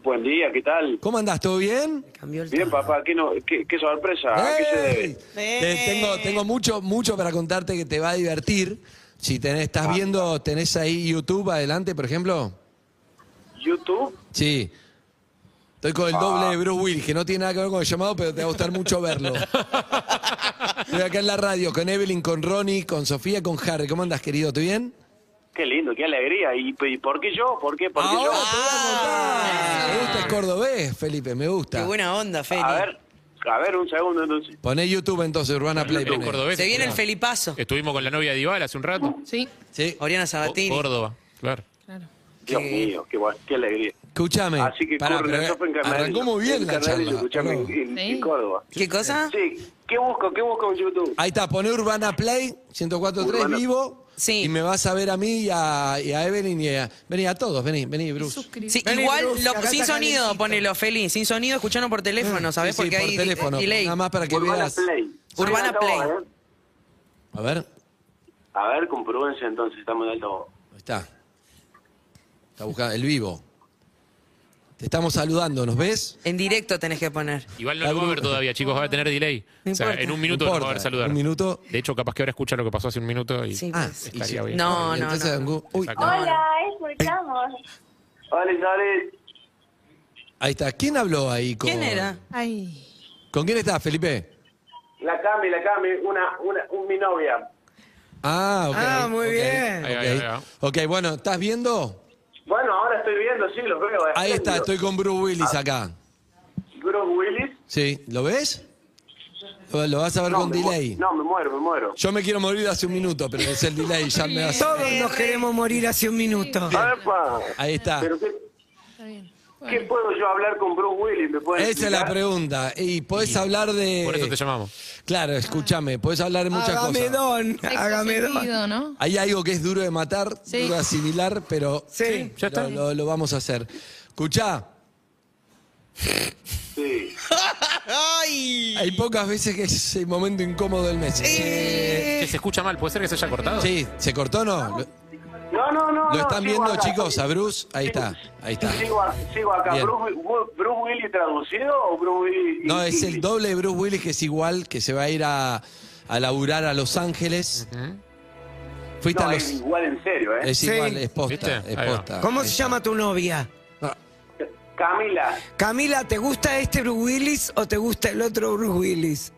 S9: Buen día, ¿qué tal?
S2: ¿Cómo andás? ¿Todo bien?
S4: Cambió el
S9: Bien,
S4: tono.
S9: papá, qué, no- qué, qué sorpresa. ¿A qué Ah, se
S2: ¡Ey!
S9: debe?
S2: Te- tengo tengo mucho, mucho para contarte que te va a divertir. Si tenés, estás
S9: Ah.
S2: viendo, tenés ahí YouTube adelante, por ejemplo.
S9: ¿YouTube?
S2: Sí. Estoy con el doble de Bruce Willis, que no tiene nada que ver con el llamado, pero te va a gustar mucho verlo. Estoy acá en la radio con Evelyn, con Ronnie, con Sofía, con Harry. ¿Cómo andas, querido? ¿Tú bien?
S9: Qué lindo, qué alegría. ¿Y, y por qué yo? ¿Por qué? ¿Por qué yo?
S2: Me gusta el cordobés, Felipe, me
S4: Qué
S2: gusta.
S4: buena onda, Feli.
S9: A ver, a ver, un segundo entonces.
S2: Poné YouTube entonces, Urbana [LAUGHS] Play.
S3: Los
S2: poné.
S3: cordobeses,
S4: Se viene el
S3: claro.
S4: Felipazo.
S3: Estuvimos con la novia de Ibal hace un rato.
S7: Sí,
S2: Sí.
S4: Oriana Sabatini.
S3: Córdoba, claro.
S7: claro.
S9: Dios
S4: Qué-
S9: mío, qué, guay, qué alegría.
S2: Escúchame.
S9: Así que
S2: pará,
S9: corre,
S2: pero
S9: eso fue en Carnaval.
S2: arrancó muy bien
S9: En
S2: la
S9: Carnaval,
S2: charla.
S9: escuchame,
S2: boludo.
S9: en, en-
S7: Sí.
S9: en Córdoba.
S4: ¿Qué cosa?
S9: Sí, ¿qué busco? ¿Qué busco en YouTube?
S2: Ahí está, poné Urbana Play 1043
S9: Urbana.
S2: vivo.
S4: Sí.
S2: Y me vas a ver a mí y a, y a Evelyn y a. Vení, a todos, vení, vení, Bruce.
S4: Sí,
S6: Vení,
S4: igual,
S6: Bruce,
S4: lo-
S6: acá
S4: sin
S6: está
S4: sonido,
S6: calentito.
S4: ponelo, Feli. Sin sonido, escuchanos por teléfono, ¿sabés?
S2: Sí, sí,
S4: Porque
S2: por
S4: hay
S2: teléfono.
S4: eh, delay.
S2: Nada más para que
S9: Urbana
S2: veas.
S9: Play.
S4: Urbana
S9: Estoy en altavoz, ¿eh?
S2: A ver, ahí
S9: A ver, con prudencia entonces, estamos en altavoz.
S2: está. Está buscando el vivo. Te estamos saludando, ¿nos ves?
S4: En directo tenés que poner.
S3: Igual no lo va a ver todavía, chicos, va a tener delay.
S4: No
S3: o sea,
S4: importa.
S3: en un minuto
S2: No
S3: lo va a ver
S2: importa,
S3: saludar.
S2: un minuto.
S3: De hecho, capaz que ahora escucha lo que pasó hace un minuto y
S4: Sí.
S2: Ah,
S4: pues.
S2: y
S3: estaría
S2: sí.
S3: bien.
S4: No,
S2: Y
S4: no,
S2: entonces,
S4: no, no.
S2: Angu- uy,
S3: Exacto.
S5: Hola, escuchamos.
S9: Vale, sale.
S2: ahí está. ¿Quién habló ahí con.?
S4: ¿Quién era?
S7: Ay.
S2: ¿Con quién está, Felipe?
S9: La Cami, la Cami, una, una, un, mi novia.
S2: Ah, ok.
S6: Ah, muy
S2: ok,
S6: bien.
S3: Ahí va,
S2: ok.
S3: ahí va.
S2: Ok, bueno, ¿estás viendo?
S9: Bueno, ahora estoy viendo, sí, los veo. eh.
S2: Ahí está,
S9: espléndido.
S2: estoy con Bruce Willis
S9: Ah.
S2: acá.
S9: Bruce Willis.
S2: Sí, ¿lo ves? Lo, lo vas a ver con
S9: me
S2: delay.
S9: mu- no, me muero, me muero.
S2: Yo me quiero morir hace un minuto, pero es el delay, ya me vas
S6: Todos nos queremos morir hace un minuto.
S9: ¡Epa!
S2: Ahí está.
S9: ¿Pero qué,
S7: Está bien.
S9: qué puedo yo hablar con Bruce Willis? ¿Me pueden
S2: Esa es la
S9: explicar?
S2: pregunta. Y podés hablar de.
S3: Por eso te llamamos.
S2: Claro, escúchame, podés hablar de muchas
S6: Hágame
S2: cosas.
S6: don, hágame
S7: Sexto
S6: don.
S7: sentido, ¿no?
S2: Hay algo que es duro de matar,
S7: Sí.
S2: duro de asimilar, pero.
S6: Sí,
S3: ya está.
S2: Lo, lo- lo vamos a hacer. Escuchá, [LAUGHS]
S9: Sí.
S2: hay pocas veces que es el momento incómodo del mes. Eh,
S3: Che, se escucha mal, ¿puede ser que se haya cortado?
S2: sí, ¿se cortó o no? Lo,
S9: No, no, no.
S2: lo
S9: no,
S2: están
S9: sigo
S2: viendo,
S9: acá,
S2: chicos,
S9: sigo-
S2: a Bruce. Ahí está, ahí está.
S9: Sigo, a- sigo acá.
S2: Bien.
S9: Bruce, Wi- ¿Bruce Willis traducido o Bruce Willis?
S2: No, es el
S9: Willis?
S2: doble de Bruce Willis que es igual, que se va a ir a, a laburar a Los Ángeles. Fuiste
S9: No,
S2: a
S9: es
S2: Los
S9: igual en serio, ¿eh?
S2: Es
S6: Sí.
S2: igual, es
S3: ¿Viste?
S2: posta,
S3: Ahí
S2: es
S3: va.
S2: posta.
S6: ¿Cómo se llama tu novia?
S2: No,
S9: Camila,
S6: Camila, ¿te gusta este Bruce Willis o te gusta el otro Bruce Willis?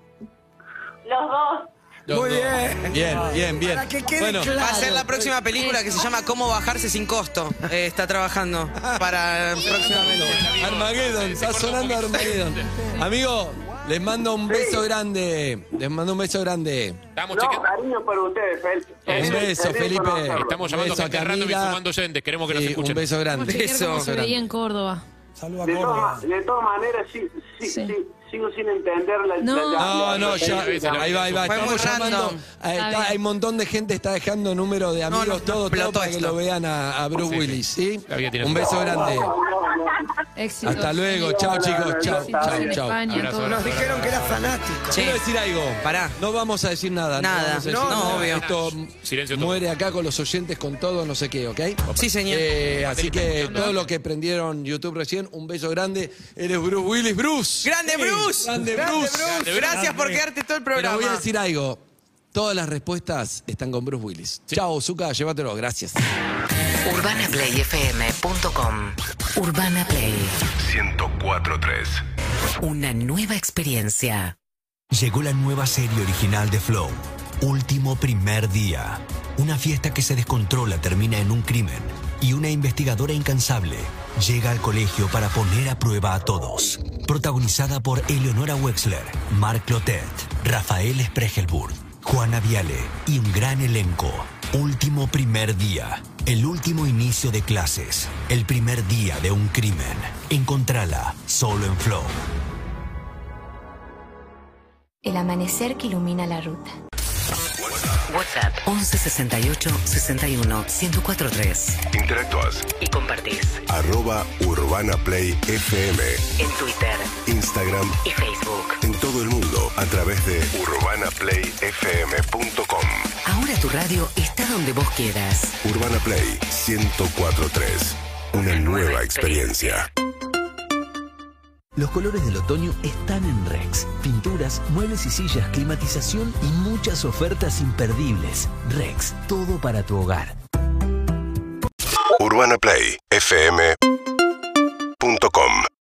S5: Los dos.
S9: Muy bien.
S2: Bien, bien, bien.
S9: Para que quede
S2: bueno,
S9: claro.
S4: Va a ser la próxima película que se llama Cómo bajarse sin costo. Eh, está trabajando para próximamente.
S2: Armageddon, está sonando Armageddon. Amigo, les mando un beso grande. Les mando un beso grande.
S3: Estamos
S10: No,
S3: chequeando-
S10: cariño para ustedes, Fel.
S2: Un beso, Felipe.
S3: Estamos
S2: Un
S3: llamando
S2: beso a
S3: gente random y
S2: Camila.
S3: sumando oyentes. Queremos que nos
S2: Sí, Eh,
S3: escuchen.
S2: Un beso grande.
S7: Vamos a chequear cómo
S4: Eso.
S7: se veía en Córdoba.
S9: Saludos a
S10: De
S9: Córdoba.
S10: todas, de todas maneras, sí, sí,
S7: Sí.
S10: sí, sigo sin entender la...
S7: No.
S10: la- la-
S2: No, no, ya,
S3: Sí, sí,
S2: ahí va, ahí va.
S4: Fue muy
S2: Estamos llamando.
S4: random.
S2: eh,
S7: Está
S2: está-
S7: bien.
S2: hay un montón de gente está dejando número de
S4: No,
S2: amigos,
S4: no, no,
S2: todo, todo
S4: explotó
S2: para que
S4: esto.
S2: lo vean a, a Bruce
S3: Sí, sí.
S2: Willis, ¿sí?
S3: La vida tiene
S2: Un
S3: su
S2: beso grande.
S7: Éxito.
S2: Hasta luego, chao chicos, chao,
S7: Éxitos
S2: chao,
S7: en
S2: chao.
S7: España,
S3: Abrazo,
S7: todo.
S3: abrazo.
S11: Nos dijeron que era fanático.
S4: Che,
S2: Quiero decir algo.
S4: Pará.
S2: No vamos a decir nada.
S4: Nada.
S2: vamos a decir
S4: No,
S2: nada.
S4: no, obvio.
S2: Esto
S3: Silencio todo.
S2: muere acá con los oyentes, con todo, no sé qué, ¿ok?
S4: Sí, señor.
S2: Eh, así que todo lo que prendieron YouTube recién, un beso grande. Eres Bruce Willis. ¡Bruce!
S4: ¡Grande Bruce!
S2: ¡Grande
S4: Grande
S2: Bruce!
S4: Bruce. Gracias por quedarte todo el
S2: Pero
S4: programa.
S2: voy a decir algo. Todas las respuestas están con Bruce Willis. Chao, Zuka, llévatelo. Gracias.
S12: UrbanaPlayFM.com Urbana Play
S13: 1043.
S12: Una nueva experiencia.
S6: Llegó la nueva serie original de Flow, Último Primer Día. Una fiesta que se descontrola termina en un crimen y una investigadora incansable llega al colegio para poner a prueba a todos. Protagonizada por Eleonora Wexler, Marc Clotet, Rafael Spregelburg, Juana Viale y un gran elenco. Último Primer Día. El último inicio de clases. El primer día de un crimen. Encontrala solo en Flow.
S12: El amanecer que ilumina la ruta. WhatsApp 1168 61 1043
S13: Interactúas.
S12: y compartís
S13: Arroba Urbana Play FM.
S12: en Twitter
S13: Instagram.
S12: y Facebook.
S13: En todo el mundo. A través de urbanaplayfm.com.
S12: Ahora tu radio está donde vos quieras.
S13: Urbana Play 1043. Una nueva experiencia.
S6: Los colores del otoño están en Rex. Pinturas, muebles y sillas, climatización y muchas ofertas imperdibles. Rex, todo para tu hogar.
S13: UrbanaPlayFM.com